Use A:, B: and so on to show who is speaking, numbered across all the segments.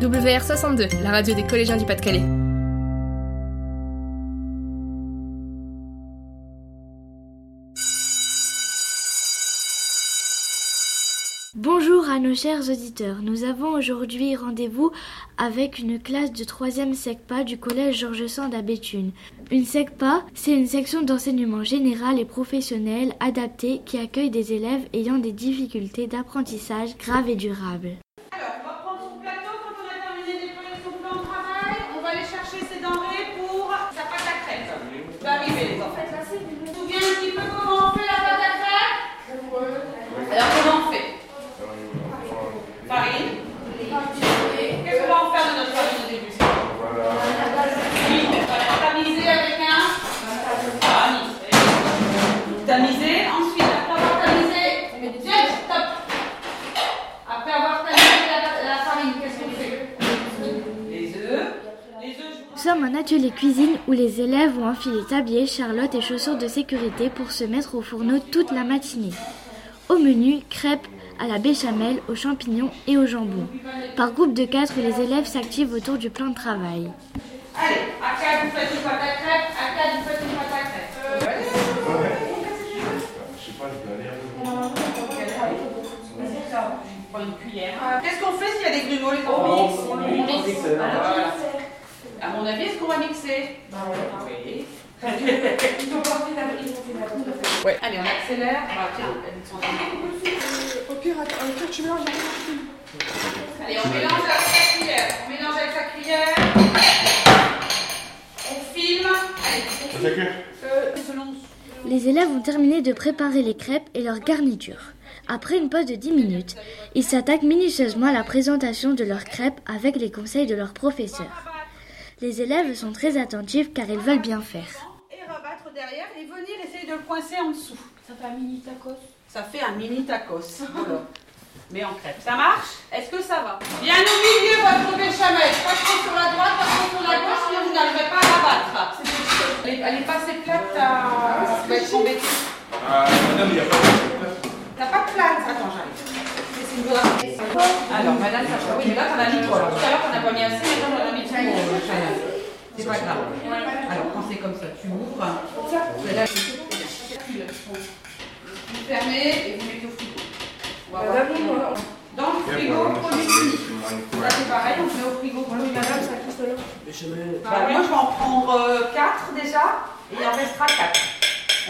A: WR62, la radio des collégiens du Pas-de-Calais.
B: Bonjour à nos chers auditeurs. Nous avons aujourd'hui rendez-vous avec une classe de 3e SECPA du collège Georges Sand à Béthune. Une SECPA, c'est une section d'enseignement général et professionnel adaptée qui accueille des élèves ayant des difficultés d'apprentissage graves et durables.
C: Alors, on va prendre son plateau quand on a terminé les premiers sous-plans de travail. On va aller chercher ses denrées pour sa pâte à crêpes. Ça va arriver, les enfants. Tu te souviens un petit peu comment on fait la pâte à crêpes Alors, comment on fait Farine. Qu'est-ce qu'on va en faire de notre farine au début Oui, on va la tamiser avec un. Tamis. Tamiser. Ensuite, après avoir tamisé, on met du gel, stop. Après avoir tamisé la, la farine, qu'est-ce qu'on fait Les œufs. Les œufs, je
B: Nous sommes en atelier cuisine où les élèves ont enfilé tablier, charlotte et chaussures de sécurité pour se mettre au fourneau toute la matinée. Au menu, crêpes à la béchamel, aux champignons et au jambon. Par groupe de quatre, les élèves s'activent autour du plan de travail.
C: Allez, à 4, vous faites une pâte à crêpes. À 4, vous faites une pâte à crêpes. je prends une cuillère. Qu'est-ce qu'on fait s'il y a des grumeaux les On mixe. On mixe. Voilà. À mon avis, est-ce qu'on va mixer Oui. Ouais. Allez, on accélère. Bah, tiens, elles sont
D: Au pire, attends, au pire, tu mélanges.
C: Allez, on mélange avec sa cuillère. On mélange avec sa cuillère. On filme. Allez, euh, selon
B: Les élèves ont terminé de préparer les crêpes et leur garniture. Après une pause de 10 minutes, ils s'attaquent minutieusement à la présentation de leurs crêpes avec les conseils de leurs professeurs. Les élèves sont très attentifs car ils veulent bien faire.
C: et rabattre derrière et venir essayer de le coincer en dessous. Ça fait un mini tacos Ça fait un mini tacos. Voilà. Mais en crêpe. Ça marche Est-ce que ça va Bien au milieu votre béchamel. Pas trop sur la droite, pas trop sur la gauche, sinon vous n'arriverez pas à la battre. Elle est, elle est pas assez plate, à... ça va être tombé.
E: Ah, madame, il n'y a pas de
C: T'as pas de plate Attends, j'arrive. Mais c'est une bonne- Alors, madame, ça change. Oui, mais là, t'en as mis trop. Alors, tout à l'heure, t'en as pas mis assez, mais là, on en a mis trop. euh, Chanel. C'est pas grave. Alors, quand c'est comme ça, tu ouvres. Là, Vous fermez et vous mettez au frigo. On va voir comment- Dans le frigo, produit fini. Là, Bah, c'est pareil, on met au frigo. produit fini. Bah, moi, je vais en prendre 4 déjà, et il en restera 4.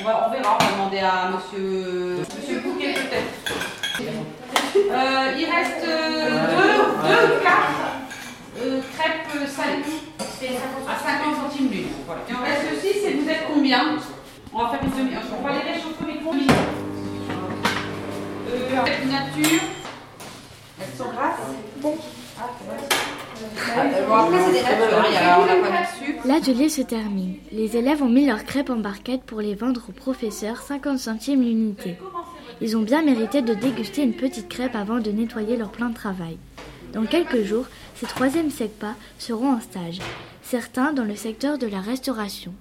C: On, va, on verra, on va demander à monsieur, monsieur Bouquet peut-être. Euh, il reste 2 4 euh, crêpes salées à 50 centimes l'une. Voilà. Et on reste 6 et vous êtes combien On va faire une demi On va les réchauffer au micro-ondes. Euh, avec nature. Elles sont grasses Bon. après, c'est des natures, il y a- on n'a pas de sucre.
B: L'atelier se termine. Les élèves ont mis leurs crêpes en barquette pour les vendre aux professeurs 50 centimes l'unité. Ils ont bien mérité de déguster une petite crêpe avant de nettoyer leur plan de travail. Dans quelques jours, ces troisièmes SECPA seront en stage, certains dans le secteur de la restauration.